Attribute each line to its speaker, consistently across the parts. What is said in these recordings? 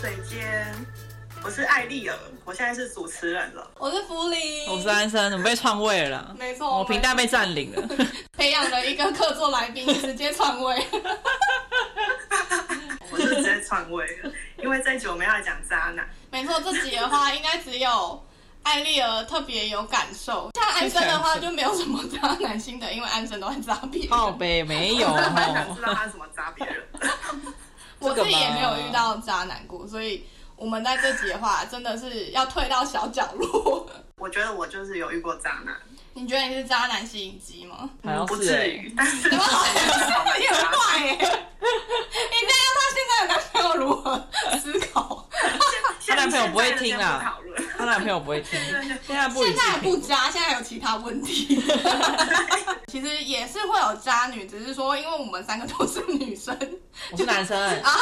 Speaker 1: 水间，我是艾丽尔，我现在是主持人 了。
Speaker 2: 我是福林，
Speaker 3: 我是安生，我们被篡位了啦，
Speaker 2: 没错
Speaker 3: 我平台被占领了。
Speaker 2: 培养了一个客座来宾，直接篡位。
Speaker 1: 我是直接篡位了，因为这一集我们要来讲渣男。
Speaker 2: 没错，这集的话应该只有艾丽儿特别有感受，像安生的话就没有什么渣男心得，因为安生都很渣别人。
Speaker 3: 靠北没 有
Speaker 1: 我蛮想
Speaker 3: 哦
Speaker 1: 知，道他是怎么渣别人 的。
Speaker 2: 我
Speaker 3: 这
Speaker 2: 自
Speaker 3: 个
Speaker 2: 己
Speaker 3: 嘛
Speaker 2: 也没有遇到渣男过，所以我们在这集的话，真的是要退到小角落。
Speaker 1: 我觉得我就是有遇过渣男，
Speaker 2: 你觉得你是渣男吸引机吗？
Speaker 3: 好像
Speaker 1: 不
Speaker 3: 是
Speaker 1: 至
Speaker 3: 哎，
Speaker 1: 于，但是
Speaker 2: 哇，你很坏耶！你 这样他现在的男朋友如何思考？
Speaker 1: 现
Speaker 3: 她男朋友不会听啦
Speaker 1: 啊。讨论。
Speaker 3: 她男朋友不会听，现在不
Speaker 2: 现
Speaker 3: 予
Speaker 2: 在还
Speaker 3: 置
Speaker 2: 不
Speaker 3: 评。
Speaker 2: 渣，现在还有其他问题。其实也是会有渣女，只是说因为我们三个都是女生
Speaker 3: 我是男生，
Speaker 2: 啊，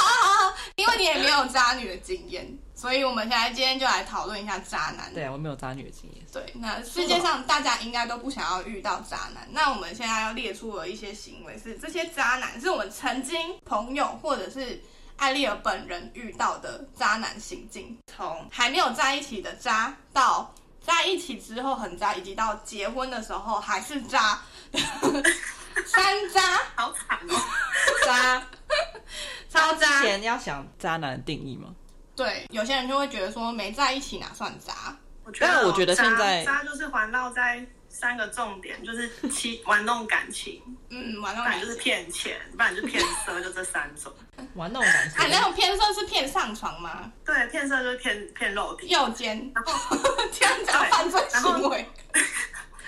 Speaker 2: 因为你也没有渣女的经验，所以我们现在今天就来讨论一下渣男。
Speaker 3: 对我没有渣女的经验。
Speaker 2: 对，那世界上大家应该都不想要遇到渣男。那我们现在要列出了一些行为，是这些渣男是我们曾经朋友或者是艾丽尔本人遇到的渣男行径，从还没有在一起的渣到在一起之后很渣，以及到结婚的时候还是渣， 三渣
Speaker 1: 好惨哦！
Speaker 3: 渣，
Speaker 2: 超渣。
Speaker 3: 前要想渣男的定义吗？
Speaker 2: 对，有些人就会觉得说没在一起哪算渣？
Speaker 1: 我觉
Speaker 3: 但我觉得
Speaker 1: 渣
Speaker 3: 现在
Speaker 1: 渣就是环绕在三个重点，就是欺玩弄感情，
Speaker 2: 嗯，玩弄
Speaker 1: 不
Speaker 2: 感
Speaker 1: 然
Speaker 2: 情
Speaker 1: 就是骗钱，不然就是骗色，就这三种。
Speaker 3: 玩那种感
Speaker 2: 啊，那
Speaker 3: 情，
Speaker 2: 种偏色是骗上床吗？
Speaker 1: 对，骗色就是骗骗肉体，
Speaker 2: 右肩。
Speaker 1: 然后
Speaker 2: 这样讲犯罪行为，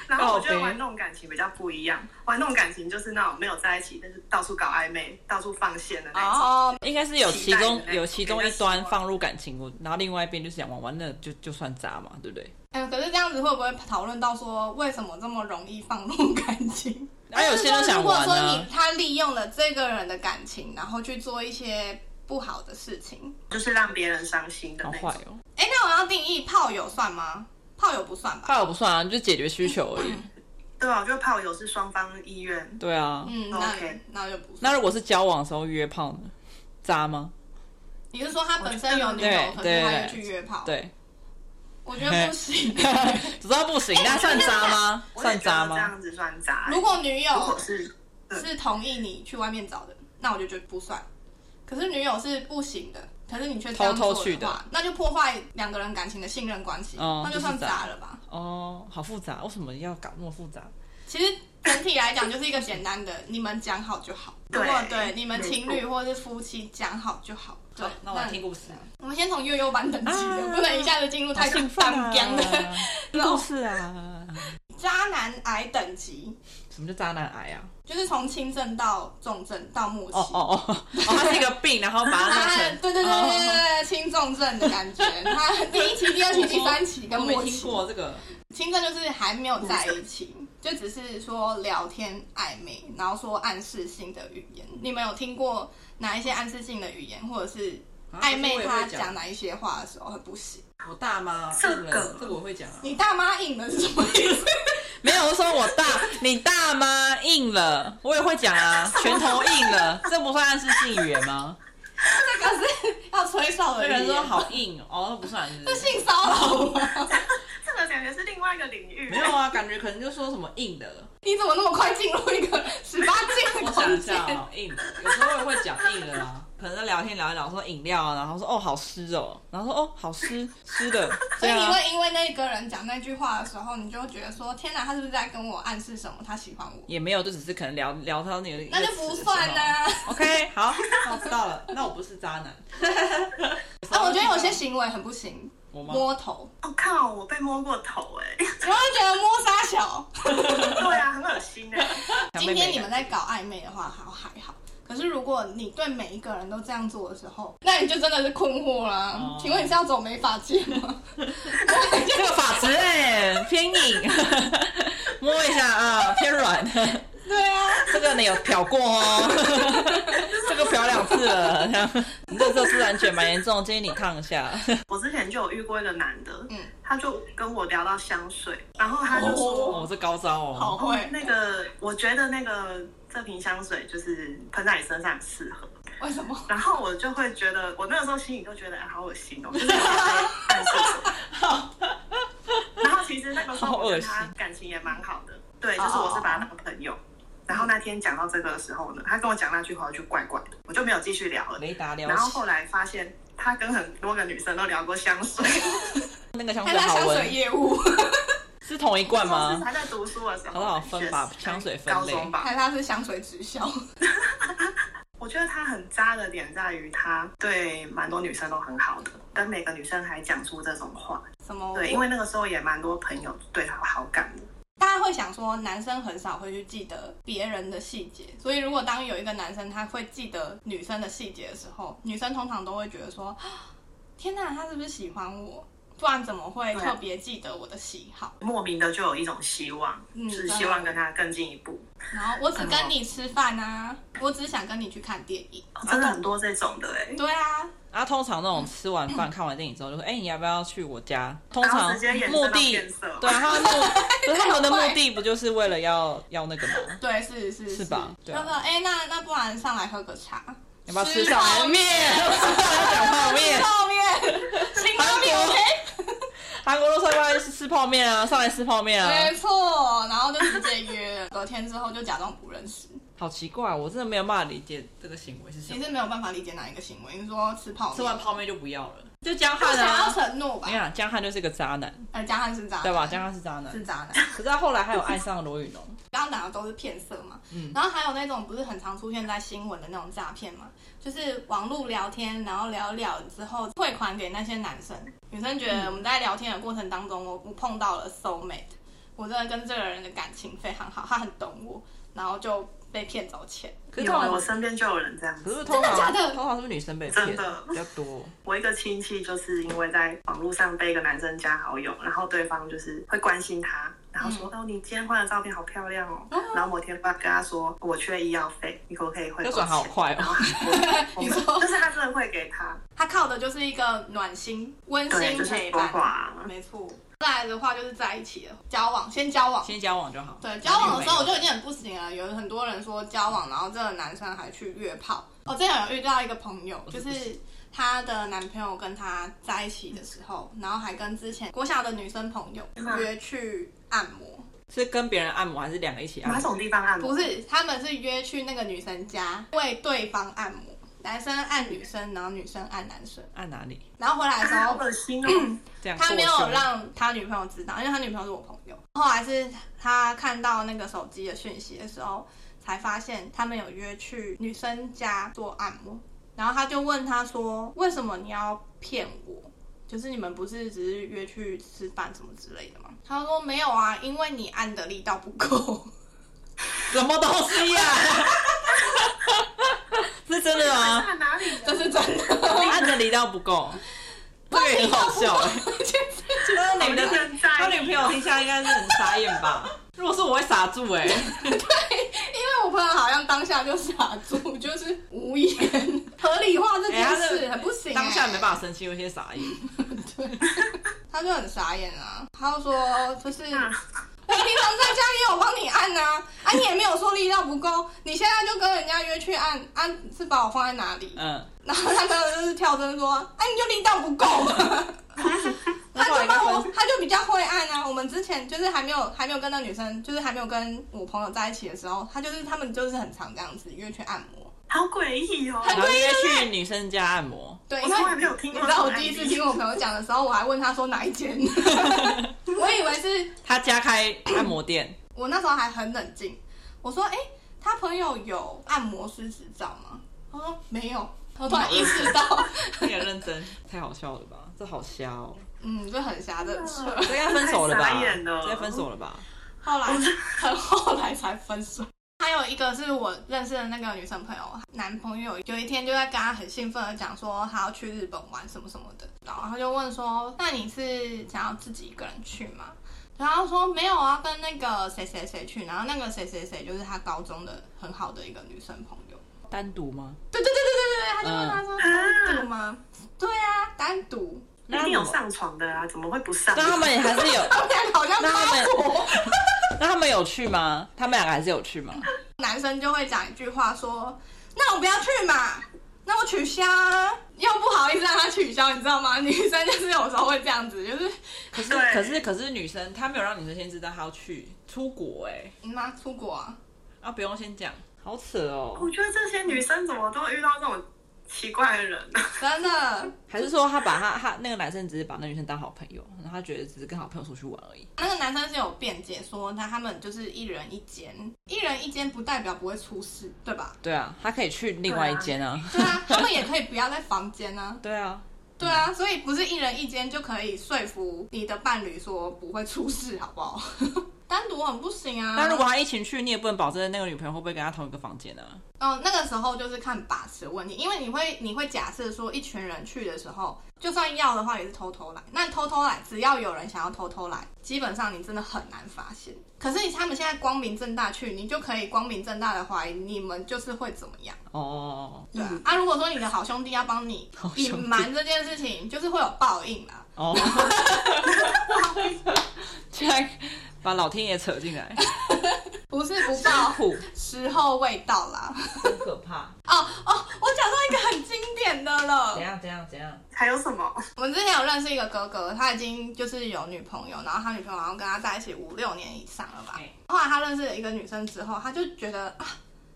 Speaker 1: 然后我觉得
Speaker 3: 靠北
Speaker 1: 玩弄感情比较不一样，玩弄感情就是那种没有在一起，但是到处搞暧昧、到处放线的那种。
Speaker 2: 哦，
Speaker 3: 应该是有其
Speaker 1: 期
Speaker 3: 中
Speaker 1: 待
Speaker 3: 有其中一端放入感情，我然后另外一边就是想玩玩，那就就算渣嘛，对不对？
Speaker 2: 哎，可是这样子会不会讨论到说为什么这么容易放入感情？
Speaker 3: 然啊后有些人
Speaker 2: 啊就是说
Speaker 3: 想
Speaker 2: 如果
Speaker 3: 玩啊
Speaker 2: 说
Speaker 3: 呢
Speaker 2: 你，他利用了这个人的感情，然后去做一些不好的事情，
Speaker 1: 就是让别人伤心的
Speaker 3: 好
Speaker 1: 那
Speaker 3: 坏
Speaker 1: 种。
Speaker 3: 哦。
Speaker 2: 哎，那我要定义炮友算吗？炮友不算吧？
Speaker 3: 怕我不算啊，就解决需求而已。
Speaker 2: 嗯
Speaker 1: 对啊，我觉得炮友是双方意愿，
Speaker 3: 对啊，
Speaker 2: 嗯，那
Speaker 1: OK
Speaker 2: 那就不算。
Speaker 3: 那如果是交往的时候约炮呢？渣吗？
Speaker 2: 你是说他本身有女友，
Speaker 3: 对
Speaker 2: 可是他
Speaker 3: 对
Speaker 2: 又去约炮？，
Speaker 3: 对，
Speaker 2: 我觉得不 行。
Speaker 3: 只知道不行，那算渣吗？
Speaker 1: 我也
Speaker 3: 算
Speaker 1: 觉
Speaker 3: 渣
Speaker 1: 得这
Speaker 3: 吗？
Speaker 1: 样子算渣。
Speaker 2: 如果女
Speaker 1: 如
Speaker 2: 友
Speaker 1: 果是对
Speaker 2: 是同意你去外面找的，那我就觉得不算。可是女友是不行的，可是你却这样做
Speaker 3: 偷偷去
Speaker 2: 的
Speaker 3: 的
Speaker 2: 话，那就破坏两个人感情的信任关系，
Speaker 3: 哦
Speaker 2: 那就算砸了吧。
Speaker 3: 哦，好复杂，为什么要搞那么复杂？
Speaker 2: 其实整体来讲就是一个简单的，你们讲好就好。如
Speaker 1: 对
Speaker 2: 果对你们
Speaker 1: 没错
Speaker 2: 情侣或是夫妻讲好就好。对，
Speaker 3: 故事。
Speaker 2: 我们先从悠悠版等级的，
Speaker 3: 啊
Speaker 2: 不能一下子进入太
Speaker 3: 兴奋
Speaker 2: 荡
Speaker 3: 啊
Speaker 2: 僵的！
Speaker 3: 听故事啊，
Speaker 2: 渣男癌等级，
Speaker 3: 什么叫渣男癌啊？
Speaker 2: 就是从轻症到重症到末期。
Speaker 3: 哦哦哦，哦，它是一个病，然后把它弄
Speaker 2: 啊，
Speaker 3: 成
Speaker 2: 对对对对
Speaker 3: 哦
Speaker 2: 对对，轻重症的感 觉。他第一期、第二期、第三期跟
Speaker 3: 我没
Speaker 2: 末
Speaker 3: 听
Speaker 2: 期，
Speaker 3: 过这个，
Speaker 2: 轻症就是还没有在一起，就只是说聊天暧昧，然后说暗示性的语言。你们有听过哪一些暗示性的语言，或者是
Speaker 3: 啊
Speaker 2: 暧昧他讲哪一些话的时候很不行？
Speaker 3: 我大妈，
Speaker 1: 这个这个
Speaker 3: 我会讲啊。
Speaker 2: 你大妈硬了是什么意 思？
Speaker 3: 没有，我说我大，你大妈硬了，我也会讲啊，拳头硬了，这不算暗示性语言吗？
Speaker 2: 这个是要吹哨的
Speaker 3: 这个人
Speaker 2: 语
Speaker 3: 说
Speaker 2: 言，
Speaker 3: 好硬哦，那不算是不
Speaker 2: 是
Speaker 3: 是
Speaker 2: 性骚扰吗？
Speaker 1: 这个感觉是另外一个领域。
Speaker 3: 没有啊，感觉可能就说什么硬 的，
Speaker 2: 你怎么那么快进入一个十八禁
Speaker 3: 我
Speaker 2: 的
Speaker 3: 想一
Speaker 2: 空
Speaker 3: 下
Speaker 2: 间？
Speaker 3: 哦，硬的，有时候也会讲硬的啦，可能在聊天聊一聊说饮料啊，然后说哦好湿哦，然后说哦好湿 湿的，
Speaker 2: 所
Speaker 3: 这
Speaker 2: 以
Speaker 3: 样
Speaker 2: 你
Speaker 3: 啊，
Speaker 2: 会因为那个人讲那句话的时候，你就会觉得说：天哪，他是不是在跟我暗示什么？他喜欢我？
Speaker 3: 也没有，就只是可能聊聊到你的，
Speaker 2: 那就不算啦、啊。
Speaker 3: OK，好，那我知道了，那我不是 渣男。
Speaker 2: 啊我觉得有 些行为很不行，
Speaker 3: 我吗？
Speaker 2: 摸头，
Speaker 1: 我、哦靠，我被摸过头哎、
Speaker 2: 你会觉得摸沙小。
Speaker 1: 对啊，很恶心哎、
Speaker 2: 今天你们在搞暧昧的话，好还好。可是如果你对每一个人都这样做的时候，那你就真的是困惑啦。
Speaker 3: 哦
Speaker 2: 请问你是要走美发界 吗？
Speaker 3: 这个法值哎、偏硬， 摸一下啊，偏软。
Speaker 2: 对啊，
Speaker 3: 这个你有漂过 哦，这个漂两次了。这样你这次自然卷蛮严重，建议你烫一下。
Speaker 1: 我之前就有遇过一个男的，
Speaker 2: 嗯
Speaker 1: 他就跟我聊到香水，然后他就
Speaker 3: 哦
Speaker 1: 说，，
Speaker 3: 这高招哦。
Speaker 2: 好会。
Speaker 1: 那个我觉得那个这瓶香水就是喷在你身上很适合。
Speaker 2: 为什么？
Speaker 1: 然后我就会觉得，我那个时候心里就觉得，啊，好恶心哦，就是我 在暗示什么。然后其实那个时候我跟
Speaker 3: 好恶
Speaker 1: 他
Speaker 3: 心哦
Speaker 1: 感情也蛮好的，对，就是我是把他当朋友。然后那天讲到这个的时候呢，他跟我讲那句话，我就怪怪的，我就没有继续聊了。
Speaker 3: 雷达聊
Speaker 1: 然后
Speaker 3: 起
Speaker 1: 后来发现他跟很多个女生都聊过香水，
Speaker 3: 那个香
Speaker 2: 他
Speaker 1: 哎
Speaker 3: 水
Speaker 2: 在
Speaker 3: 好
Speaker 2: 香水
Speaker 3: 闻，
Speaker 2: 业 务，
Speaker 3: 是同一 罐
Speaker 1: 那时候是
Speaker 3: 吗？
Speaker 1: 还在读书的时候，
Speaker 3: 好好分吧
Speaker 1: 学生
Speaker 3: 香水分
Speaker 1: 高
Speaker 3: 类
Speaker 1: 中吧，
Speaker 2: 看他是香水直销。
Speaker 1: 我觉得他很渣的点在于，他对蛮多女生都很好的，跟每个女生还讲出这种话。
Speaker 2: 什么？
Speaker 1: 对，因为那个时候也蛮多朋友对他有好感的。
Speaker 2: 大家会想说，男生很少会去记得别人的细节，所以如果当有一个男生他会记得女生的细节的时候，女生通常都会觉得说， 啊天哪，他是不是喜欢我？不然怎么会
Speaker 1: 对啊
Speaker 2: 特别记得我的喜好？
Speaker 1: 莫名的就有一种希望，
Speaker 2: 嗯
Speaker 1: 就是希望跟他更进一步。
Speaker 2: 然后我只跟你吃饭啊，我只想跟你去看电影。
Speaker 1: 哦真的很多这种的哎、
Speaker 2: 对啊，
Speaker 3: 然后通常那种吃完 饭、看完电影之后，就说：“哎、你要不要去我家？”通
Speaker 1: 然后
Speaker 3: 常
Speaker 1: 直接延
Speaker 3: 目
Speaker 1: 伸到
Speaker 3: 的
Speaker 1: 变色，
Speaker 3: 对啊，他们的目， 可是他们的
Speaker 2: 太
Speaker 3: 目
Speaker 2: 坏
Speaker 3: 的不就是为了要要那个吗？
Speaker 2: 对，是是
Speaker 3: 是吧对啊
Speaker 2: 那个，哎、那那不然上来喝个茶，
Speaker 3: 要不要
Speaker 2: 吃
Speaker 3: 吃上来
Speaker 2: 泡
Speaker 3: 的面？要讲泡 面，
Speaker 2: 泡面，请泡面
Speaker 3: 韩国
Speaker 2: OK。
Speaker 3: 韩国都说要不要去吃泡面啊，上来吃泡面啊
Speaker 2: 没，错，然后就直接约了，隔天之后就假装不认识。
Speaker 3: 好奇怪，我真的没有办法理解这个行为是什
Speaker 2: 其
Speaker 3: 么。
Speaker 2: 实没有办法理解哪一个行为，你说吃泡面，
Speaker 3: 吃完泡面就不要了，就江
Speaker 2: 不
Speaker 3: 汉
Speaker 2: 想要
Speaker 3: 啊。
Speaker 2: 承诺吧
Speaker 3: 你？看江汉就是个渣男，
Speaker 2: 呃，江汉是渣男，
Speaker 3: 对吧？江汉是渣男，
Speaker 2: 是渣男。
Speaker 3: 可是他后来还有爱上罗宇农，
Speaker 2: 刚刚讲的都是骗色嘛，
Speaker 3: 嗯
Speaker 2: 然后还有那种不是很常出现在新闻的那种诈骗嘛，就是网络聊天，然后聊一聊之后汇款给那些男生，女生觉
Speaker 3: 嗯
Speaker 2: 得我们在聊天的过程当中，我我碰到了 soul mate，我真的跟这个人的感情非常好，他很懂我，然后就被骗走钱。
Speaker 3: 可是
Speaker 1: 有
Speaker 3: 通
Speaker 1: 啊，
Speaker 3: 常
Speaker 1: 我身边就有人这样
Speaker 3: 可
Speaker 1: 子。
Speaker 3: 是通常
Speaker 2: 真的假的
Speaker 3: 通常是不是女生被骗
Speaker 1: 真的
Speaker 3: 比较 多？
Speaker 1: 我一个亲戚就是因为在网络上被一个男生加好友，然后对方就是会关心他，然后说：“哦，你今天换的照片好漂亮哦。”然后某天爸跟他说：“我缺医药费，你可不可以汇
Speaker 3: 要
Speaker 1: 给我
Speaker 3: 转
Speaker 1: 钱？”
Speaker 3: 好快哦！
Speaker 1: 我们
Speaker 2: 你说
Speaker 1: 就是他真的会给他，
Speaker 2: 他靠的就是一个暖心、温
Speaker 1: 对，
Speaker 2: 馨
Speaker 1: 就是
Speaker 2: 陪
Speaker 1: 说
Speaker 2: 伴，
Speaker 1: 话啊。
Speaker 2: 没错。再来的话就是在一起了，交往先交往。
Speaker 3: 先交往就好。
Speaker 2: 对，交往的时候我就已经很不行了。有很多人说交往，然后这个男生还去约炮。我之前有遇到一个朋友，
Speaker 3: 我
Speaker 2: 就是
Speaker 3: 不
Speaker 2: 是她的男朋友跟她在一起的时候，然后还跟之前国小的女生朋友约去按摩，
Speaker 1: 嗯
Speaker 3: 是跟别人按摩还是两个一起按
Speaker 1: 哪
Speaker 3: 摩？
Speaker 1: 种地方按摩？
Speaker 2: 不是，他们是约去那个女生家为对方按摩，男生按女生，然后女生按男生，
Speaker 3: 按哪里？
Speaker 2: 然后回来的时
Speaker 1: 啊，
Speaker 2: 候
Speaker 1: 好恶心哦！
Speaker 3: 这样
Speaker 2: 他没
Speaker 3: 过
Speaker 2: 有
Speaker 3: 胸
Speaker 2: 让他女朋友知道，因为他女朋友是我朋友。后来是他看到那个手机的讯息的时候，才发现他们有约去女生家做按摩。然后他就问他说：“为什么你要骗我？就是你们不是只是约去吃饭什么之类的吗？”他说：“没有啊，因为你按的力道不够。
Speaker 3: 什么东西呀、 是真的吗？
Speaker 1: 按哪里”
Speaker 2: 这
Speaker 1: 的？
Speaker 2: 是真的，
Speaker 3: 按的力道不 够，这个也很好笑哎、就是那女的
Speaker 1: 好认真
Speaker 3: 他女朋友听下应该是很傻眼吧？如果是我会傻住哎、
Speaker 2: 因为我朋友好像当下就傻住，就是无言合理化这件
Speaker 3: 哎他是
Speaker 2: 事，很不行、
Speaker 3: 当下
Speaker 2: 哎
Speaker 3: 没办法生气，有些傻眼。
Speaker 2: 他就很傻眼啊，他就说就是
Speaker 1: 啊
Speaker 2: 我平常在家也有帮你按呐、啊， 你也没有说力道不够，你现在就跟人家约去按，按、是把我放在哪里？
Speaker 3: 嗯，
Speaker 2: 然后他朋友就是跳针说，啊，你就力道 不够嘛，
Speaker 3: 那
Speaker 2: 他
Speaker 3: 后
Speaker 2: 就
Speaker 3: 来就
Speaker 2: 帮我
Speaker 3: 分，
Speaker 2: 他就比较会按啊。我们之前就是还没有还没有跟那女生，就是还没有跟我朋友在一起的时候，他就是他们就是很常这样子约去按摩。
Speaker 1: 好诡异哦！
Speaker 3: 然后约去女生家按摩，
Speaker 2: 对，
Speaker 1: 我
Speaker 2: 因为
Speaker 1: 从来没有听
Speaker 2: 你
Speaker 1: 过
Speaker 2: 知
Speaker 1: 这
Speaker 2: 道
Speaker 1: 种
Speaker 2: 我
Speaker 1: 案
Speaker 2: 第一
Speaker 1: 例。
Speaker 2: 次听我朋友讲的时候，我还问他说哪 一间，我以为是
Speaker 3: 他家开按摩 店，
Speaker 2: 我那时候还很冷静，我说：“哎、他朋友有按摩师执照吗？”他说：“没有。”我突然意识到，
Speaker 3: 你也认真，太好笑了吧？这好瞎哦、
Speaker 2: 嗯，就很狭的事儿。
Speaker 3: 这应该分手了吧？
Speaker 1: 太傻眼了
Speaker 3: 这应该分手了吧？
Speaker 2: 后来，很后来才分手。还有一个是我认识的那个女生朋友，男朋友有一天就在跟她很兴奋的讲说他要去日本玩什么什么的，然后他就问说：“那你是想要自己一个人去吗？”然后她说没有啊，跟那个谁谁谁去，然后那个谁谁谁就是她高中的很好的一个女生朋友。
Speaker 3: 单独吗？
Speaker 2: 对对对对对对对，他就问他说单独吗？对啊，单独。
Speaker 1: 一定有上床的啊，怎么会不上？
Speaker 3: 那他们也还是有，
Speaker 2: 他们两个好像
Speaker 3: 那他
Speaker 2: 搭伙。
Speaker 3: 那他们有去吗？他们两个还是有去吗？
Speaker 2: 男生就会讲一句话说：“那我不要去嘛。”那我取消啊，又不好意思让他取消，你知道吗？ 女生就是有时候会这样子，就是
Speaker 3: 可是
Speaker 1: 对
Speaker 3: 可是可是女生她没有让女生先知道她要去出国哎、欸，
Speaker 2: 你妈出国啊，
Speaker 3: 啊不用先讲，好扯 哦。
Speaker 1: 我觉得这些女生怎么都会遇到这种奇怪的人啊呢、
Speaker 2: 真的。
Speaker 3: 还是说她把她她那个男生只是把那女生当好朋友，然后她觉得只是跟好朋友出去玩而已。
Speaker 2: 那个男生是有辩解说，那他们就是一人一间，一人一间不代表不会出事，对吧？
Speaker 3: 对啊，她可以去另外一间啊。
Speaker 2: 对啊，他们也可以不要在房间啊。
Speaker 3: 对 啊，
Speaker 2: 对啊，所以不是一人一间就可以说服你的伴侣说不会出事，好不好？ 单独很不行啊。
Speaker 3: 那如果他一起去，你也不能保证那个女朋友会不会跟他同一个房间啊？
Speaker 2: 哦，那个时候就是看把持的问题，因为你会你会假设说一群人去的时候，就算要的话也是偷偷来。那偷偷来，只要有人想要偷偷来，基本上你真的很难发现。可是他们现在光明正大去，你就可以光明正大的怀疑你们就是会怎么样。
Speaker 3: 哦
Speaker 2: 对啊，啊，如果说你的好兄弟要帮你
Speaker 3: 好兄弟
Speaker 2: 隐瞒这件事情，就是会有报应啦。
Speaker 3: 哦， 现在把老天爷扯进 来，
Speaker 2: 不是不 报，
Speaker 3: 苦，
Speaker 2: 时候未到啦。
Speaker 3: 很可怕。
Speaker 2: 哦哦，我讲到一个很经典的了。
Speaker 3: 样？怎样？怎样？
Speaker 1: 还有什 么？
Speaker 2: 我们之前有认识一个哥哥，他已经就是有女朋友，然后他女朋友好像跟他在一起五六年以上了吧
Speaker 3: 哎。
Speaker 2: 后来他认识了一个女生之后，他就觉得啊，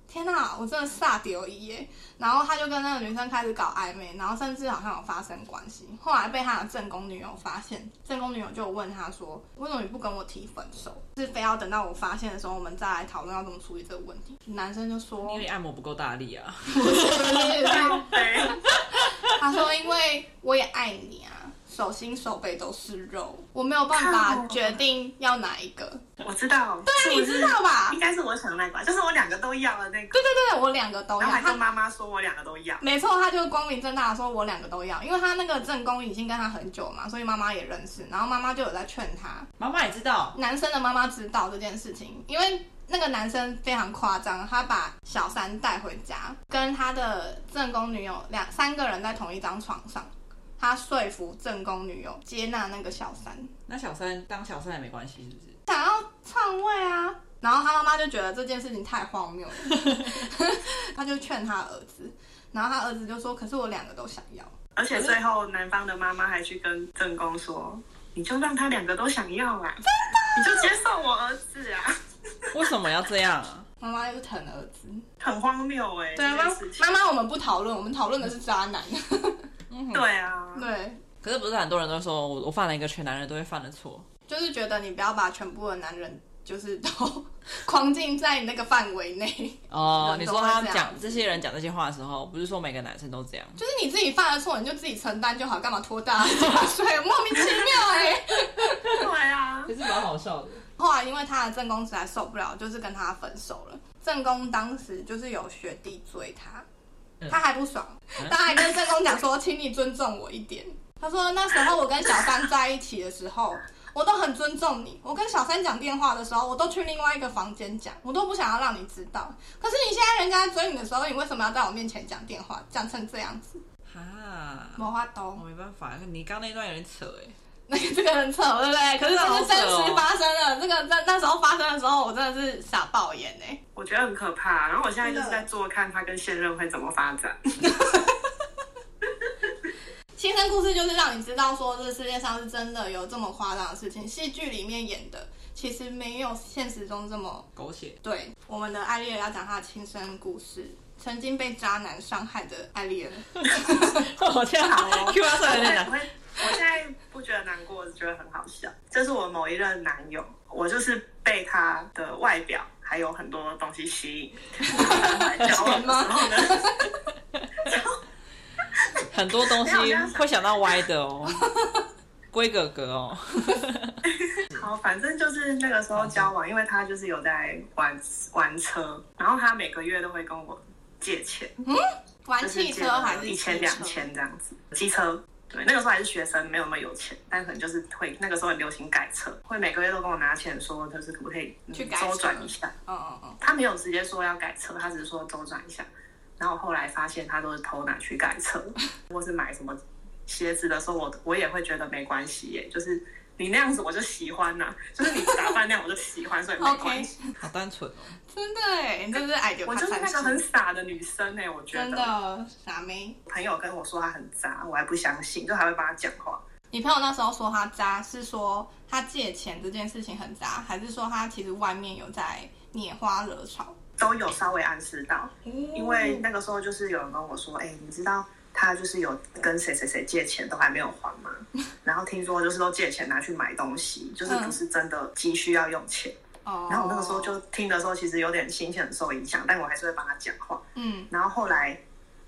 Speaker 2: 天哪、我真的煞丢一耶。然后他就跟那个女生开始搞暧昧，然后甚至好像有发生关系。后来被他的正宫女友发现，正宫女友就问他说：“为什么你不跟我提分手？是非要等到我发现的时候，我们再来讨论要怎么处理这个问题？”男生就说：“
Speaker 3: 因为按摩不够大力啊。
Speaker 1: 对，
Speaker 2: 他说：“因为我也爱你啊，手心手背都是肉，我没有办法决定要哪一个。
Speaker 1: 我知道，啊对
Speaker 2: 你知道吧
Speaker 1: 应？该是我想的那个吧，就是我两个都要的那个，
Speaker 2: 对对对，我啊两个都要。
Speaker 1: 然后还跟
Speaker 2: 他
Speaker 1: 妈妈说我两个都要，
Speaker 2: 没错，他就光明正大的说我两个都要，因为他那个正宫已经跟他很久嘛，所以妈妈也认识，然后妈妈就有在劝他。
Speaker 3: 妈妈也知道，
Speaker 2: 男生的妈妈知道这件事情，因为。”那个男生非常夸张，他把小三带回家，跟他的正宫女友两三个人在同一张床上，他说服正宫女友接纳那个小三。
Speaker 3: 那小三当小三也没关系，是不是？
Speaker 2: 想要篡位啊。然后他妈妈就觉得这件事情太荒谬了，他就劝他儿子，然后他儿子就说：“可是我两个都想要。
Speaker 1: 而且最后男方的妈妈还去跟正宫说，你就让他两个都想要啊，你就接受我儿子啊，
Speaker 3: 为什么要这样啊？”
Speaker 2: 妈妈又疼儿子，
Speaker 1: 很荒谬哎、欸，
Speaker 2: 对啊，
Speaker 1: 这
Speaker 2: 妈
Speaker 1: 件事情
Speaker 2: 妈妈，我们不讨论，我们讨论的是渣男。
Speaker 1: 对啊，
Speaker 2: 对，
Speaker 3: 可是不是很多人都说我我犯了一个全男人都会犯的错？
Speaker 2: 就是觉得你不要把全部的男人就是都 框进在你那个范围内，就
Speaker 3: 哦，你
Speaker 2: 人都
Speaker 3: 说
Speaker 2: 会
Speaker 3: 他
Speaker 2: 这样
Speaker 3: 讲这些人讲这些话的时候，不是说每个男生都这样？
Speaker 2: 是你自己犯了错，你就自己承担就好，干嘛拖大家 下水？莫名其妙哎、
Speaker 1: 对啊，
Speaker 3: 是蛮好笑的。
Speaker 2: 后来因为他的正宫实在受不了，就是跟他分手了。正宫当时就是有学弟追他，
Speaker 3: 嗯
Speaker 2: 他还不爽，他还跟正宫讲说：“请你尊重我一点。”他说：“那时候我跟小三在一起的时候，我都很尊重你。我跟小三讲电话的时候，我都去另外一个房间讲，我都不想要让你知道。可是你现在人家在追你的时候，你为什么要在我面前讲电话，讲成这样子？
Speaker 3: 哈，
Speaker 2: 魔花
Speaker 3: 我
Speaker 2: 都，
Speaker 3: 没办法，你刚那段有点扯
Speaker 2: 那
Speaker 3: 哎、
Speaker 2: 个这个很扯，对不对？可是这是真实发生的，这个在那时候发生的时候，我真的是傻爆眼哎、
Speaker 1: 我觉得很可怕。然后我现在就是在做看他跟现任会怎么发展，
Speaker 2: 亲身故事就是让你知道说，这世界上是真的有这么夸张的事情。戏剧里面演的其实没有现实中这么
Speaker 3: 狗血。
Speaker 2: 对。我们的艾丽儿要讲她的亲身故事，曾经被渣男伤害的艾丽儿。
Speaker 3: 我这样
Speaker 1: 好哦
Speaker 3: Q 他出来
Speaker 1: 我
Speaker 3: 有点
Speaker 1: 会我
Speaker 3: 难。
Speaker 1: 会，我现在不觉得难过，我只觉得很好笑。这是我某一任男友，我就是被他的外表还有很多东西吸引。交往的时候呢，
Speaker 3: 很多东西
Speaker 1: 没有我刚刚想
Speaker 3: 会想到歪的哦，龟哥哥哦，
Speaker 1: 好，反正就是那个时候交往，因为他就是有在玩玩车，然后他每个月都会跟我借钱，
Speaker 2: 玩
Speaker 1: 就是
Speaker 2: 汽
Speaker 1: 借
Speaker 2: 车还是
Speaker 1: 一
Speaker 2: 汽车
Speaker 1: 千两？千这样子，机车。对，那个时候还是学生，没有那么有钱，但可能就是会那个时候很流行改车，会每个月都跟我拿钱说，就是可不可以、嗯
Speaker 2: 去改车
Speaker 1: 周转一下。
Speaker 2: 嗯嗯嗯，
Speaker 1: 他没有直接说要改车，他只是说周转一下。然后后来发现他都是偷拿去改车，或是买什么鞋子的时候，我我也会觉得没关系耶，就是你那样子我就喜欢呐、就是你打扮那样我就喜欢，所以没关 系。
Speaker 3: 好单纯哦。
Speaker 2: 真的哎，你真的是矮脚
Speaker 1: 我
Speaker 2: 爬
Speaker 1: 就是
Speaker 2: 山
Speaker 1: 那个很傻的女生哎、我觉
Speaker 2: 真
Speaker 1: 得
Speaker 2: 的傻妹。
Speaker 1: 朋友跟我说她很渣，我还不相信，就还会帮她讲话。
Speaker 2: 你朋友那时候说他渣，是说他借钱这件事情很渣，还是说他其实外面有在拈花惹草？
Speaker 1: 都有稍微暗示到，
Speaker 2: 嗯
Speaker 1: 因为那个时候就是有人跟我说，哎、你知道他就是有跟谁谁谁借钱都还没有还吗？然后听说就是都借钱拿去买东西，就是不是真的急需要用钱。
Speaker 2: 哦，
Speaker 1: 然后我那个时候就听的时候，其实有点心情很受影响，但我还是会帮他讲话。
Speaker 2: 嗯
Speaker 1: 然后后来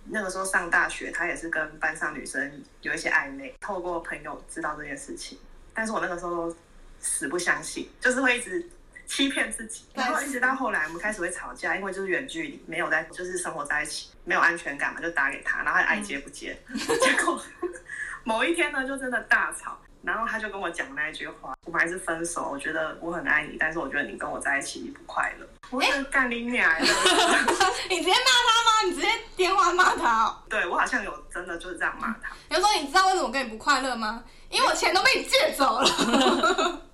Speaker 1: 那个时候上大学，他也是跟班上女生有一些暧昧，透过朋友知道这件事情，但是我那个时候死不相信，就是会一直。欺骗自己，
Speaker 2: 但
Speaker 1: 然
Speaker 2: 是
Speaker 1: 后一直到后来，我们开始会吵架，因为就是远距离，没有在就是生活在一起，没有安全感嘛，就打给他，然后他爱接不接， 结果某一天呢，就真的大吵，然后他就跟我讲那一句话，我们还是分手，我觉得我很爱你，但是我觉得你跟我在一起你不快乐，我就干你娘的！
Speaker 2: 你直接骂他吗？你直接电话骂他、哦？
Speaker 1: 对我好像有真的就是这样骂他。
Speaker 2: 比如说，你知道为什么我跟你不快乐吗？因为我钱都被你借走 了。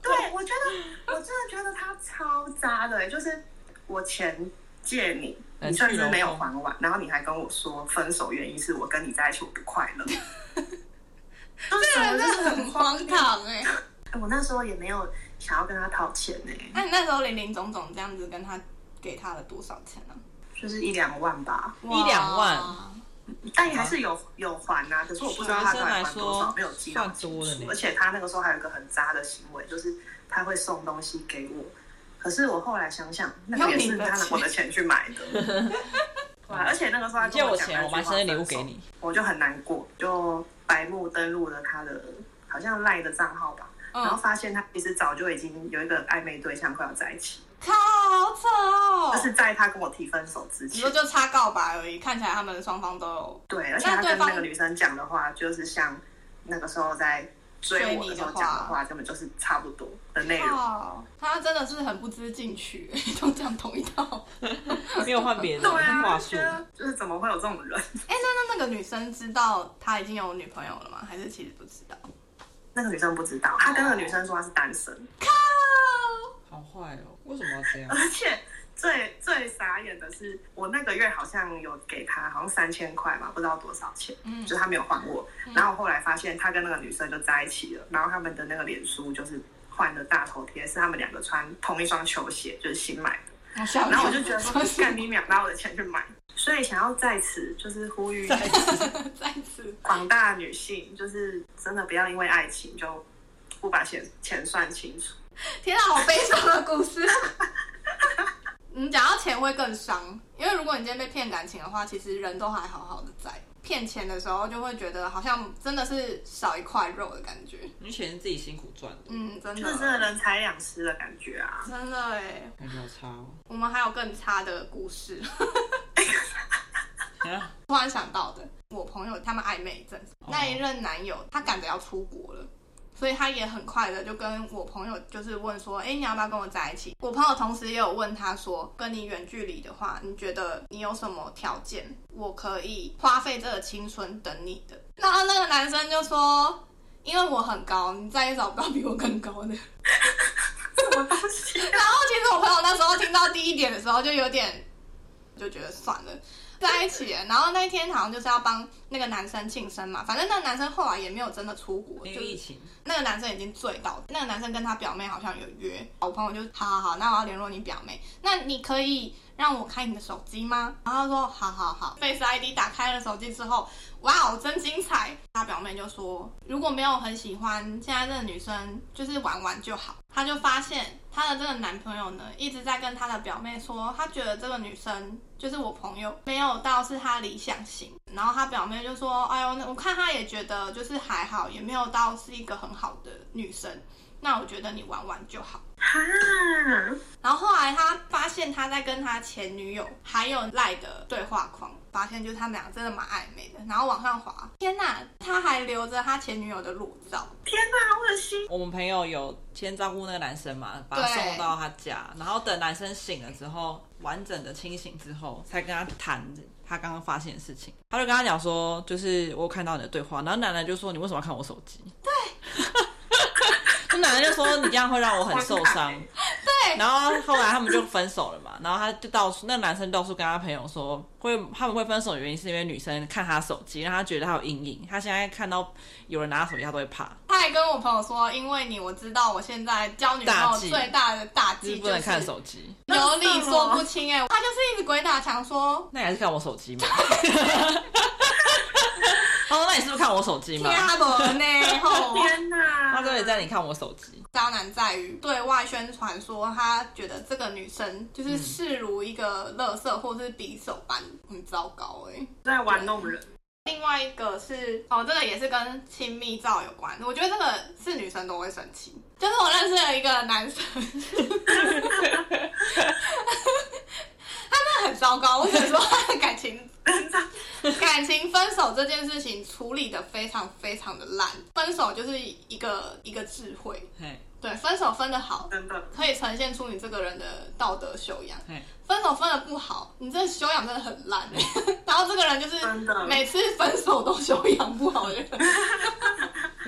Speaker 1: 对，我觉得我真的觉得他超渣的、欸就是我钱借你，
Speaker 3: 嗯
Speaker 1: 你甚至没有还完，然后你还跟我说分手原因是我跟你在一起我不快乐，就是
Speaker 2: 这个
Speaker 1: 我
Speaker 2: 人
Speaker 1: 就
Speaker 2: 真
Speaker 1: 是
Speaker 2: 的啊很荒唐哎、
Speaker 1: 哎我那时候也没有想要跟他讨钱欸呢、
Speaker 2: 那你哎那时候林林总总这样子跟他给他了多少钱呢、
Speaker 1: 就是一两万吧，
Speaker 2: 哇
Speaker 3: 一两万
Speaker 1: 但哎还是有有还啊，可是我不知道他到底还多少，
Speaker 3: 学生来说
Speaker 1: 没有记到
Speaker 3: 算
Speaker 1: 清
Speaker 3: 多了
Speaker 1: 楚
Speaker 3: 呢。
Speaker 1: 而且他那个时候还有一个很渣的行为，就是他会送东西给我，可是我后来想想，那个也是他拿我的钱去买 的。对啊，而且那个时候他
Speaker 3: 你借
Speaker 1: 跟
Speaker 3: 我
Speaker 1: 讲
Speaker 3: 钱，我买生日礼物给，你。
Speaker 1: 我就很难过，就白目登录了他的好像赖的账号吧，然后
Speaker 2: 嗯，
Speaker 1: 发现他其实早就已经有一个暧昧对象快要在一起，
Speaker 2: 靠，好扯哦
Speaker 1: 就！是在他跟我提分手之
Speaker 2: 你说
Speaker 1: 前，
Speaker 2: 就差告白而已，看起来他们双方都有
Speaker 1: 对，而且他
Speaker 2: 那对
Speaker 1: 跟那
Speaker 2: 方
Speaker 1: 个女生讲的话，就是像那个时候在追我
Speaker 2: 追你
Speaker 1: 的时
Speaker 2: 的
Speaker 1: 候讲的
Speaker 2: 话哦
Speaker 1: 话，根本就是差不多的内容。
Speaker 2: 靠，他真的是很不知进取， 都讲同一套。
Speaker 3: 没有换别的
Speaker 1: 对啊，
Speaker 3: 话
Speaker 1: 就
Speaker 3: 术
Speaker 1: 觉，得就是怎么会有这种人？
Speaker 2: 哎、那那那个女生知道他已经有女朋友了吗？还是其实不知道？
Speaker 1: 那个女生不知道，她跟那个女生说她是单身，
Speaker 2: 靠！
Speaker 3: 好坏哦，为什么要这样？
Speaker 1: 而且最最傻眼的是，我那个月好像有给她好像三千块嘛，不知道多少钱，
Speaker 2: 嗯
Speaker 1: 就是她没有还我。然后后来发现她跟那个女生就在一起了，然后他们的那个脸书就是换的大头贴，是他们两个穿同一双球鞋，就是新买的。
Speaker 2: 我笑，
Speaker 1: 然后我就觉得说干你秒拿我的钱去买。所以想要在此就是呼吁
Speaker 2: 再次
Speaker 1: 广大女性，就是真的不要因为爱情就不把钱钱算清楚。
Speaker 2: 天啊，好悲伤的故 事。你嗯讲到钱会更伤，因为如果你今天被骗感情的话，其实人都还好好的在。骗钱的时候就会觉得好像真的是少一块肉的感觉。
Speaker 3: 你钱是自己辛苦赚的，
Speaker 2: 嗯，真
Speaker 1: 就是真的
Speaker 2: 的，
Speaker 1: 人财两失的感觉啊！
Speaker 2: 真的哎。
Speaker 3: 感觉好差哦。
Speaker 2: 我们还有更差的故事，
Speaker 3: 啊
Speaker 2: 突然想到的，我朋友他们暧昧一阵子，那一任男友他赶着要出国了。所以他也很快的就跟我朋友就是问说，哎、你要不要跟我在一起？我朋友同时也有问哎他说，跟你远距离的话，你觉得你有什么条件，我可以花费这个青春等你的？那那个男生就说，因为我很高，你再也找不到比我更高的。
Speaker 1: 什么东西？
Speaker 2: 然后其实我朋友那时候听到第一点的时候，就有点就觉得算了，在一起了。然后那一天好像就是要帮那个男生庆生嘛，反正那个男生后来也没有真的出国，
Speaker 3: 因
Speaker 2: 就
Speaker 3: 为疫
Speaker 2: 是
Speaker 3: 情，
Speaker 2: 那个男生已经醉到，那个男生跟他表妹好像有约。我朋友就好好好，那我要联络你表妹，那你可以让我看你的手机吗？然后他说好好好，Face ID 打开了手机之后，哇哦，真精彩！他表妹就说，如果没有很喜欢现在这个女生，就是玩玩就好。她就发现她的这个男朋友呢，一直在跟她的表妹说，他觉得这个女生就是我朋友，没有到是她理想型。然后她表妹就说，哎呦，那我看她也觉得就是还好，也没有到是一个很好的女生。那我觉得你玩玩就好。
Speaker 1: 哈，
Speaker 2: 然后后来他发现他在跟他前女友还有赖的对话框，发现就是他们俩真的蛮暧昧的。然后往上滑，天哪，他还留着他前女友的裸照，
Speaker 1: 天哪，好恶心！
Speaker 3: 我们朋友有先照顾那个男生嘛，把他
Speaker 2: 对
Speaker 3: 送到他家，然后等男生醒了之后，完整的清醒之后，才跟他谈他刚刚发现的事情。他就跟他讲说， 就是我有看到你的对话，然后奶奶就说你为什么要看我手机？对，那男的就说你这样会让我很受伤，
Speaker 2: 对
Speaker 3: 然后后来他们就分手了嘛，然后他就到处，那男生到处跟他朋友说，会他们会分手的原因是因为女生看他手机，让他觉得他有阴影，他现在看到有人拿他手机，他都会怕，
Speaker 2: 他还跟我朋友说，因为你我知道我现在交女朋
Speaker 3: 大
Speaker 2: 友
Speaker 3: 忌
Speaker 2: 最大的大
Speaker 3: 就是
Speaker 2: 忌
Speaker 3: 不
Speaker 2: 就
Speaker 3: 能看
Speaker 2: 是
Speaker 3: 手机，
Speaker 2: 有理说不清哎、他就是一直鬼打墙说。
Speaker 3: 那你还是看我 手机嘛？他说那你是不是看我手机嘛
Speaker 2: 天？啊，不呢吼！
Speaker 1: 天哪！
Speaker 3: 他说你在你看我手机，
Speaker 2: 渣男在于对外宣传说他觉得这个女生就是视如一个垃圾或是匕首般，很糟糕哎、
Speaker 1: 在玩弄人，
Speaker 2: 另外一个是哦，这个也是跟亲密照有关，我觉得这个是女生都会生气。就是我认识了一个男生，他真的很糟糕，我只能说他的感情。感情分手这件事情处理的非常非常的烂，分手就是一个一个智慧，
Speaker 3: 嘿，
Speaker 2: 对，分手分的好，
Speaker 1: 真的
Speaker 2: 可以呈现出你这个人的道德修养
Speaker 3: 嗯。
Speaker 2: 分手分的不好，你这修养真的很烂、欸 然后这个人就是
Speaker 1: 真的
Speaker 2: 每次分手都修养不好的人。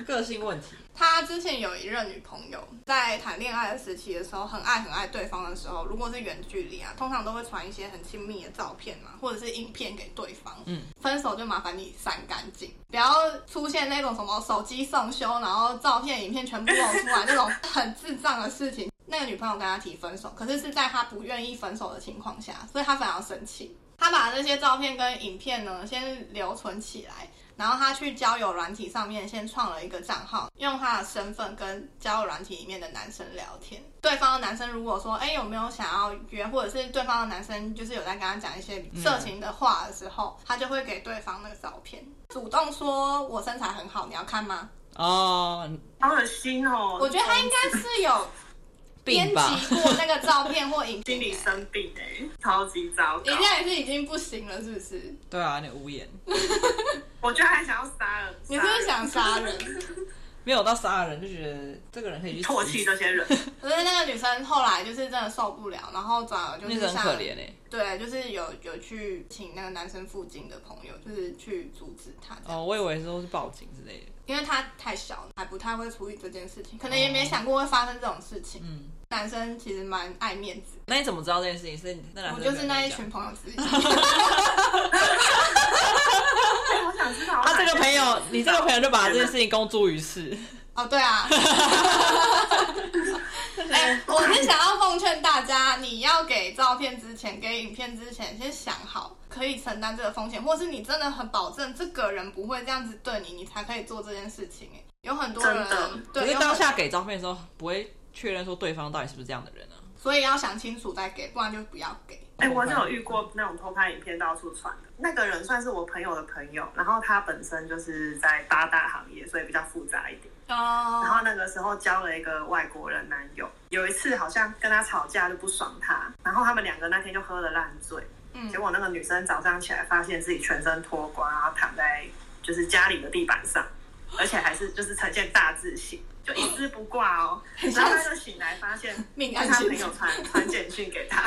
Speaker 3: 个性问题，
Speaker 2: 他之前有一任女朋友，在谈恋爱的时期的时候，很爱很爱对方的时候，如果是远距离啊，通常都会传一些很亲密的照片嘛，或者是影片给对方。
Speaker 3: 嗯，
Speaker 2: 分手就麻烦你删干净，不要出现那种什么手机送修，然后照片、影片全部露出来那种很智障的事情。那个女朋友跟他提分手，可是是在他不愿意分手的情况下，所以他非常生气。他把这些照片跟影片呢，先留存起来，然后他去交友软体上面先创了一个账号，用他的身份跟交友软体里面的男生聊天。对方的男生如果说，哎，有没有想要约，或者是对方的男生就是有在跟他讲一些色情的话的时候，他就会给对方那个照片，主动说我身材很好，你要看吗？
Speaker 3: 哦，
Speaker 1: 好恶心哦！
Speaker 2: 我觉得他应该是有编
Speaker 3: 病
Speaker 2: 辑
Speaker 3: 吧，
Speaker 2: 过那个照片或影
Speaker 1: 心
Speaker 2: 片
Speaker 1: 理，生病哎、超级糟糕
Speaker 2: 人。家也是已经不行了，是不是？
Speaker 3: 对啊，你无言，
Speaker 1: 我觉得还想要杀人，
Speaker 2: 你是不是想杀人？
Speaker 3: 没有到杀人就觉得这个人可以去死
Speaker 1: 唾弃这些人？
Speaker 2: 可是那个女生后来就是真的受不了，然后转而就
Speaker 3: 那
Speaker 2: 是
Speaker 3: 个很
Speaker 2: 像
Speaker 3: 可怜哎。
Speaker 2: 对，就是有有去请那个男生附近的朋友，就是去阻止他这样，
Speaker 3: 哦，我以为都是报警之类的。
Speaker 2: 因为他太小了，还不太会处理这件事情，可能也没想过会发生这种事情。
Speaker 3: 嗯，
Speaker 2: 男生其实蛮爱面子，
Speaker 3: 那你怎么知道这件事情？是那男
Speaker 2: 我
Speaker 3: 生
Speaker 2: 就
Speaker 3: 没
Speaker 2: 是
Speaker 3: 有
Speaker 2: 那一
Speaker 3: 讲
Speaker 2: 群朋友之一。
Speaker 1: 哎我想知道。
Speaker 3: 他啊这个 朋友，你这个朋友就把这件事情公诸于世。
Speaker 2: 哦，对啊。哎、我是想要奉劝大家，你要给照片之前，给影片之前，先想好可以承担这个风险，或是你真的很保证这个人不会这样子对你，你才可以做这件事情、哎，有很多人
Speaker 1: 真的
Speaker 3: 可
Speaker 2: 对，
Speaker 3: 是
Speaker 2: 有很
Speaker 3: 当下给照片的时候，不会确认说对方到底是不是这样的人啊？
Speaker 2: 所以要想清楚再给，不然就不要给。
Speaker 1: 哎、我就有遇过那种偷拍影片到处传的，那个人算是我朋友的朋友，然后他本身就是在八大行业，所以比较复杂一点。然
Speaker 2: 哦，
Speaker 1: 后那个时候交了一个外国人男友，有一次好像跟他吵架就不爽他，然后他们两个那天就喝了烂醉，
Speaker 2: 嗯
Speaker 1: 结果那个女生早上起来发现自己全身脱光，然后躺在就是家里的地板上，而且还是就是呈现大字型，就一丝不挂 哦。然后他就醒来发现，
Speaker 2: 命
Speaker 1: 他
Speaker 2: 案
Speaker 1: 朋
Speaker 2: 现
Speaker 1: 友
Speaker 2: 场。
Speaker 1: 传传简讯给 他，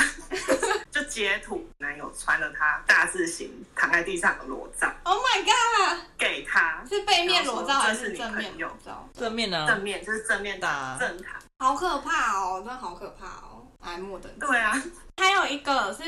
Speaker 1: 就截图男友传了他大字型躺在地上的裸照
Speaker 2: Oh my god，
Speaker 1: 给他，
Speaker 2: 是背面裸照还是
Speaker 1: 这是你
Speaker 2: 正
Speaker 1: 朋
Speaker 2: 面
Speaker 1: 友
Speaker 2: 裸照？
Speaker 3: 正面呢？
Speaker 1: 正面就是正面
Speaker 3: 打
Speaker 1: 打正躺，
Speaker 2: 好可怕哦，真的好可怕哦！哎，莫等。
Speaker 1: 对啊。
Speaker 2: 还有一个是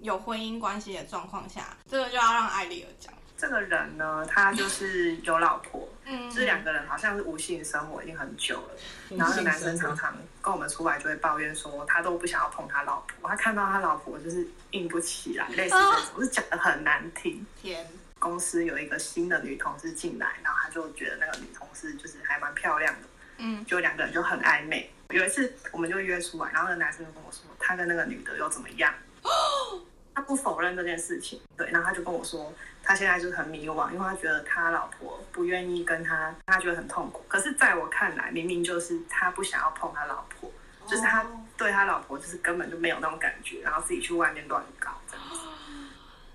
Speaker 2: 有婚姻关系的状况下，这个就要让艾丽尔讲。
Speaker 1: 这个人呢，他就是有老婆，
Speaker 2: 嗯
Speaker 1: 就是两个人好像是无性生活已经很久了。然后那男生常常跟我们出来就会抱怨说，他都不想要碰他老婆，他看到他老婆就是硬不起来，类似这种，是讲的很难听。
Speaker 2: 天，
Speaker 1: 公司有一个新的女同事进来，然后他就觉得那个女同事就是还蛮漂亮的，
Speaker 2: 嗯，
Speaker 1: 就两个人就很暧昧。有一次我们就约出来，然后那个男生就跟我说，他跟那个女的又怎么样？他不否认这件事情，对，然后他就跟我说，他现在就是很迷惘，因为他觉得他老婆不愿意跟他，他觉得很痛苦。可是在我看来，明明就是他不想要碰他老婆，就是他对他老婆就是根本就没有那种感觉，然后自己去外面乱搞这样子。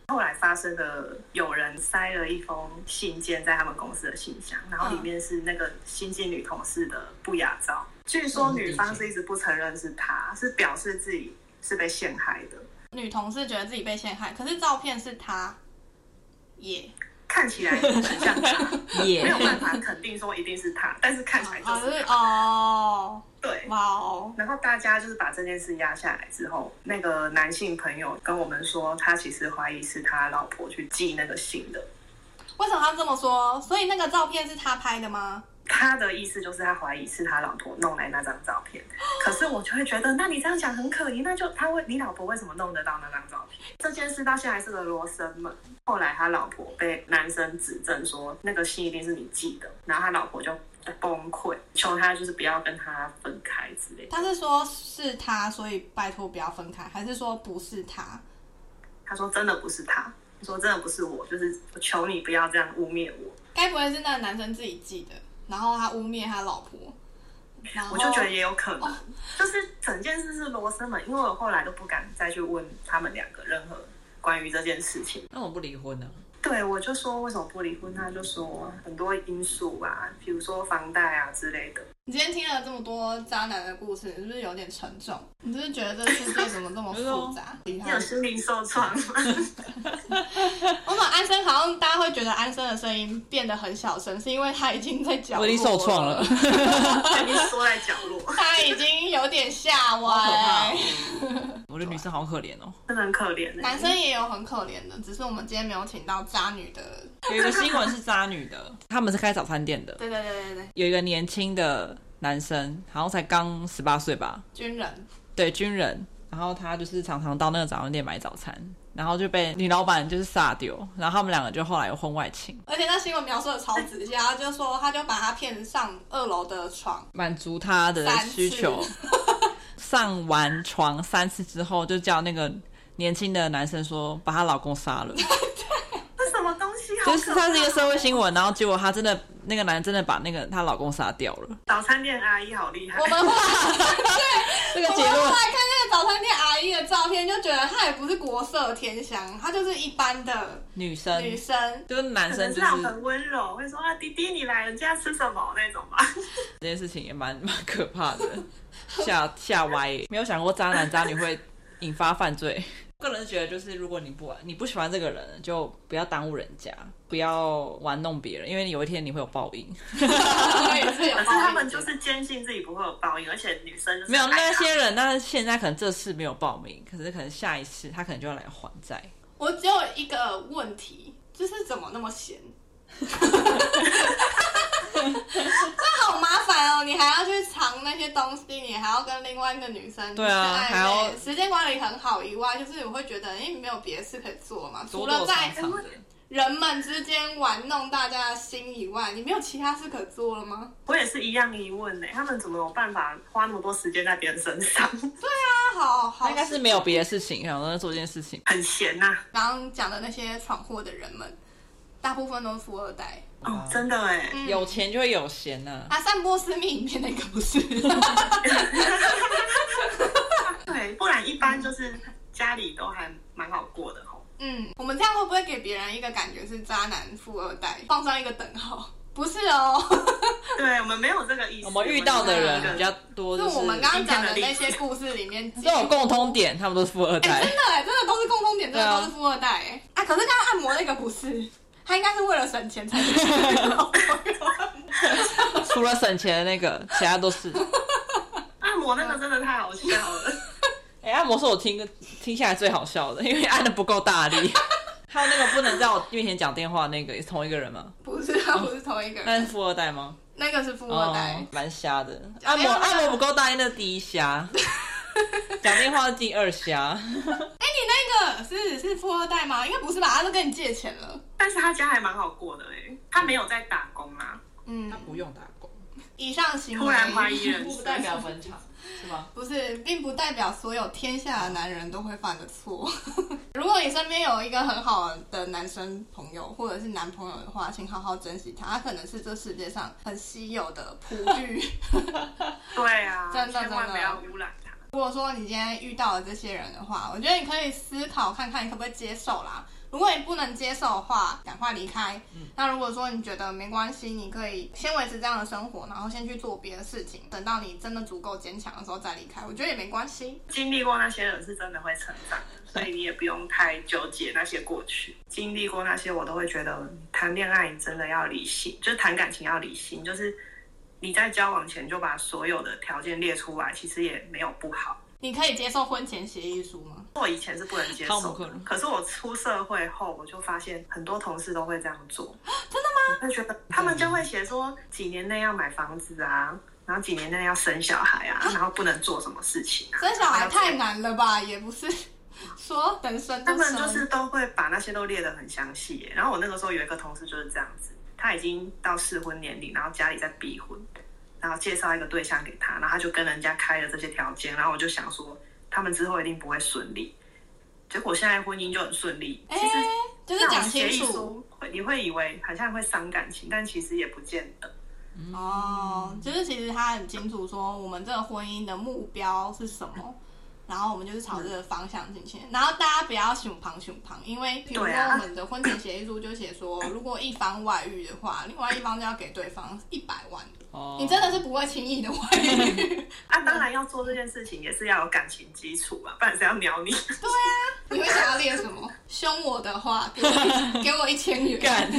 Speaker 1: 后来发生了，有人塞了一封信件在他们公司的信箱，然后里面是那个新进女同事的不雅照。据说女方是一直不承认是他，是表示自己是被陷害的。
Speaker 2: 女同事觉得自己被陷害，可是照片是她耶
Speaker 1: 看起来很像他，没
Speaker 3: 也
Speaker 1: 有办法肯定说一定是他，但是看起来就
Speaker 2: 啊，就是是
Speaker 1: 他。
Speaker 2: 哦，
Speaker 1: 对，
Speaker 2: 哇哦，
Speaker 1: 然后大家就是把这件事压下来之后，那个男性朋友跟我们说，他其实怀疑是他老婆去寄那个信的。
Speaker 2: 为什么他这么说？所以那个照片是他拍的吗？
Speaker 1: 他的意思就是他怀疑是他老婆弄来那张照片，可是我就会觉得，那你这样讲很可疑，那就他为你老婆为什么弄得到那张照片？这件事到现在还是个罗生门。后来他老婆被男生指证说那个信一定是你寄的，然后他老婆就崩溃，求他就是不要跟他分开之类的。
Speaker 2: 他是说是他，所以拜托不要分开，还是说不是他？
Speaker 1: 他说真的不是他，他说真的不是我，就是我求你不要这样污蔑我。
Speaker 2: 该不会是那个男生自己记的，然后他污蔑他老婆，然后
Speaker 1: 我就
Speaker 3: 哦
Speaker 1: 觉得也有可能，就是整件事是罗生门，因为我后来都不敢再去问他们两个任何关于这件事情。
Speaker 3: 那我不离婚呢、
Speaker 1: 对，我就说为什么不离婚，他就说很多因素啊，比如说房贷啊之类的。
Speaker 2: 你今天听了这么多渣男的故事，你是不是有点沉重？你是不是觉得这世界怎么这么复杂？离
Speaker 1: 你
Speaker 2: 他
Speaker 1: 有心灵受创吗？
Speaker 2: 我们安生好像大家会觉得安生的声音变得很小声，是因为他已经在角落，
Speaker 3: 我已经受 创了，，
Speaker 1: 已经缩在角落，
Speaker 2: 他已经有点下
Speaker 3: 好可怕
Speaker 2: 歪
Speaker 3: 哦。我觉得女生好可怜哦。
Speaker 1: 真的很可怜、欸。
Speaker 2: 男生也有很可怜的，只是我们今天没有请到渣女的。
Speaker 3: 有一个新闻是渣女的，他们是开早餐店的，
Speaker 2: 对对对对对，
Speaker 3: 有一个年轻的男生，好像才刚十八岁吧，
Speaker 2: 军人
Speaker 3: 对，军人，然后他就是常常到那个早餐店买早餐，然后就被女老板就是撒丢，然后他们两个就后来有婚外情，
Speaker 2: 而且那新闻描述的超仔细，然后就说他就把他骗上二楼的床，
Speaker 3: 满足他的
Speaker 2: 三次
Speaker 3: 需求， 上完床三次之后，就叫那个年轻的男生说把她老公杀了，
Speaker 1: 这什么东西好可
Speaker 3: 就
Speaker 1: 怕？哦
Speaker 3: 是他是一个社会新闻，然后结果他真的那个男真的把那个她老公杀掉了，
Speaker 1: 早餐店阿姨好厉害
Speaker 2: 我。们后来。
Speaker 3: 这个
Speaker 2: 我
Speaker 3: 结
Speaker 2: 们后
Speaker 3: 论
Speaker 2: 来看那个早餐店阿姨的照片，就觉得她也不是国色天香，她就是一般的
Speaker 3: 女生
Speaker 2: 女生。
Speaker 3: 就是男
Speaker 1: 可
Speaker 3: 生
Speaker 1: 能
Speaker 3: 就是是
Speaker 1: 那种很温柔，会说啊，弟弟你来，人家吃什么那种吧。
Speaker 3: 这件事情也蛮 蛮可怕的，吓吓歪耶，没有想过渣男渣女会引发犯罪。个人是觉得，就是如果你不玩，你不喜欢这个人，就不要耽误人家，不要玩弄别人，因为有一天你会有报应。
Speaker 2: 我也是 有
Speaker 1: 可是
Speaker 2: 报应
Speaker 1: 他们就是坚信自己不会有报应，而且女生就是
Speaker 3: 没有
Speaker 1: 爱他
Speaker 3: 那些人，但是现在可能这次没有报名，可是可能下一次他可能就要来还债。
Speaker 2: 我只有一个问题，就是怎么那 么闲？
Speaker 1: 啊
Speaker 2: 这好麻烦哦！你还要去藏那些东西，你还要跟另外一个女生
Speaker 3: 对啊
Speaker 2: 去暧昧
Speaker 3: 还要
Speaker 2: 时间管理很好以外，就是我会觉得，哎、没有别的事可以做嘛，除
Speaker 3: 躲
Speaker 2: 了
Speaker 3: 躲
Speaker 2: 在
Speaker 3: 藏藏的，
Speaker 2: 人们之间玩弄大家的心以外，你没有其他事可做了吗？
Speaker 1: 我也是一样疑问欸呢、他们怎么有办法花那么多时间在别人身上？
Speaker 2: 他好好
Speaker 3: 他应该是没有别的事情，想说做这件事情。
Speaker 1: 很闲啊呐、
Speaker 2: 刚刚讲的那些闯祸的人们，大部分都是富二代。
Speaker 1: 哦，真的哎、
Speaker 2: 嗯
Speaker 3: 有钱就会有闲呐、
Speaker 2: 啊，散播私密影片那个不是，
Speaker 1: 对，不然一般就是家里都还蛮好过的吼。
Speaker 2: 嗯，我们这样会不会给别人一个感觉是渣男富二代，放上一个等号？不是哦，
Speaker 1: 对，我们没有这个意思。
Speaker 3: 我们遇到的人
Speaker 1: 我们就是一
Speaker 3: 比较
Speaker 1: 个
Speaker 3: 多，
Speaker 2: 是
Speaker 3: 就是
Speaker 2: 我们刚刚讲的那些故事里面，
Speaker 3: 都有共通点，他们都是富二
Speaker 2: 哎、
Speaker 3: 代。
Speaker 2: 真的哎、真的都是共通点，真
Speaker 3: 对啊
Speaker 2: 的都是富二代哎、啊可是刚刚按摩那个不是，他应该是为了省钱才 去老公
Speaker 3: 除了省钱的那个，其他都是。
Speaker 1: 按摩啊那个真的太好笑了，
Speaker 3: 哎、按摩是我听听下来最好笑的，因为按的不够大力。还有那个不能在我面前讲电话那个，也是同一个人吗？
Speaker 2: 不是他不是同一个
Speaker 3: 那
Speaker 2: 人，
Speaker 3: 是富二代吗？
Speaker 2: 那个是嗯富二代。
Speaker 3: 嗯哦蛮瞎的。按
Speaker 2: 没
Speaker 3: 摩
Speaker 2: 有没有
Speaker 3: 按摩不够大力，那是第一瞎。讲电话是第二瞎，
Speaker 2: 哎那个是是富二代吗？应该不是吧？他都跟你借钱了。
Speaker 1: 但是他家还蛮好过的哎、他没有在打工啊。
Speaker 2: 嗯，
Speaker 3: 不用打工，
Speaker 2: 以上行为
Speaker 1: 突然怀疑 人
Speaker 3: 不
Speaker 1: 生，
Speaker 3: 代表本场是吗？
Speaker 2: 不是，并不代表所有天下的男人都会犯的错。 如果你身边有一个很好的男生朋友或者是男朋友的话，请好好珍惜他，他可能是这世界上很稀有的璞玉。
Speaker 1: 对啊，
Speaker 2: 真的
Speaker 1: 千万
Speaker 2: 真的
Speaker 1: 不要污染他。
Speaker 2: 如果说你今天遇到了这些人的话，我觉得你可以思考看看你可不可以接受啦。如果你不能接受的话，赶快离开。那如果说你觉得没关系，你可以先维持这样的生活，然后先去做别的事情，等到你真的足够坚强的时候再离开，我觉得也没关系。
Speaker 1: 经历过那些人是真的会成长的，所以你也不用太纠结那些过去。经历过那些，我都会觉得嗯谈恋爱你真的要理性，就是谈感情要理性，就是你在交往前就把所有的条件列出来，其实也没有不好。
Speaker 2: 你可以接受婚前协议书吗？
Speaker 1: 我以前是不能接
Speaker 3: 汤姆
Speaker 1: 受
Speaker 3: 克
Speaker 1: 的
Speaker 3: 鲁，
Speaker 1: 可是我出社会后，我就发现很多同事都会这样做。 真的吗？我会觉得他们就会写说几年内要买房子啊，然后几年内要生小孩啊，然后不能做什么事情啊。
Speaker 2: 生小孩
Speaker 1: 然后
Speaker 2: 太难了吧？也不是说等生
Speaker 1: 他
Speaker 2: 就
Speaker 1: 们
Speaker 2: 生，
Speaker 1: 就是都会把那些都列得很详细耶。然后我那个时候有一个同事就是这样子，他已经到适婚年龄，然后家里在逼婚，然后介绍一个对象给他，然后他就跟人家开了这些条件，然后我就想说他们之后一定不会顺利。结果现在婚姻就很顺利，
Speaker 2: 哎、
Speaker 1: 其实
Speaker 2: 就是
Speaker 1: 那种
Speaker 2: 讲
Speaker 1: 协
Speaker 2: 清
Speaker 1: 议
Speaker 2: 楚
Speaker 1: 书会你会以为好像会伤感情，但其实也不见得。
Speaker 2: 哦，就是其实他很清楚说我们这个婚姻的目标是什么。然后我们就是朝这个方向进行，然后大家不要熊旁熊旁，因为比如说
Speaker 1: 对啊
Speaker 2: 我们的婚前协议书就写说，如果一方外遇的话，另外一方就要给对方一百万，
Speaker 3: 哦，
Speaker 2: 你真的是不会轻易的外遇，
Speaker 1: 啊，当然要做这件事情也是要有感情基础嘛，不然谁要鸟你？
Speaker 2: 你会想要列什么？凶我的话，给我一给我一千元，
Speaker 3: 干，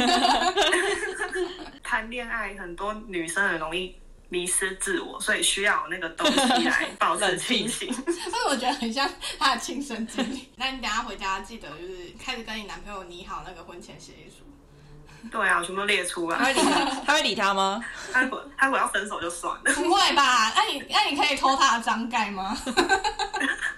Speaker 1: 谈恋爱，很多女生很容易迷失自我，所以需要有那个东西来保持
Speaker 3: 冷静
Speaker 1: 清醒。
Speaker 2: 所以我觉得很像他的亲身经历。那你等一下回家记得就是开始跟你男朋友拟好那个婚前协议书。
Speaker 1: 对啊，我全部列出
Speaker 3: 他会
Speaker 1: 来。
Speaker 3: 理他，他会理他吗？
Speaker 1: 他如果他如果要分手就算了，
Speaker 2: 不会吧？那你那你可以偷他的章盖吗？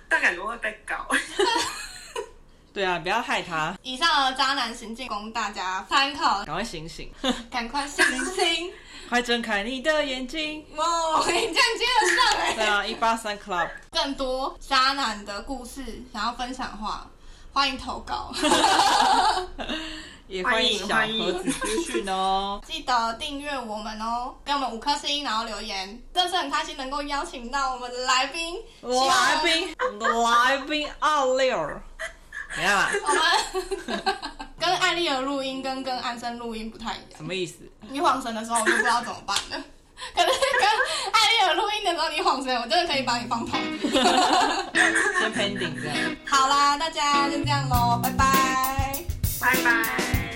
Speaker 1: 但感觉会被搞。
Speaker 3: 对啊，不要害他，
Speaker 2: 以上的渣男行径供大家参考，
Speaker 3: 赶快醒醒，
Speaker 2: 赶快醒醒！
Speaker 3: 快睁开你的眼睛。
Speaker 2: 哇，你这样接得上哎、
Speaker 3: 对啊，一八三 club，
Speaker 2: 更多渣男的故事想要分享的话，欢迎投 稿，
Speaker 3: 也欢迎小
Speaker 1: 欢迎
Speaker 3: 盒子私讯哦。
Speaker 2: 记得订阅我们哦，给我们五颗星，然后留言。这次很开心能够邀请到我们的来宾，
Speaker 3: 来宾，我们的来宾二六，怎样啦？
Speaker 2: 我们 跟艾丽儿录音跟跟安生录音不太一样
Speaker 3: 什。么意思？
Speaker 2: 你晃神的时候，我就不知道怎么办了。 可是跟艾丽尔录音的时候，你晃神，我真的可以把你放旁边。
Speaker 3: 先 pending 这样。
Speaker 2: 好啦，大家就这样喽，拜拜。
Speaker 1: 拜拜。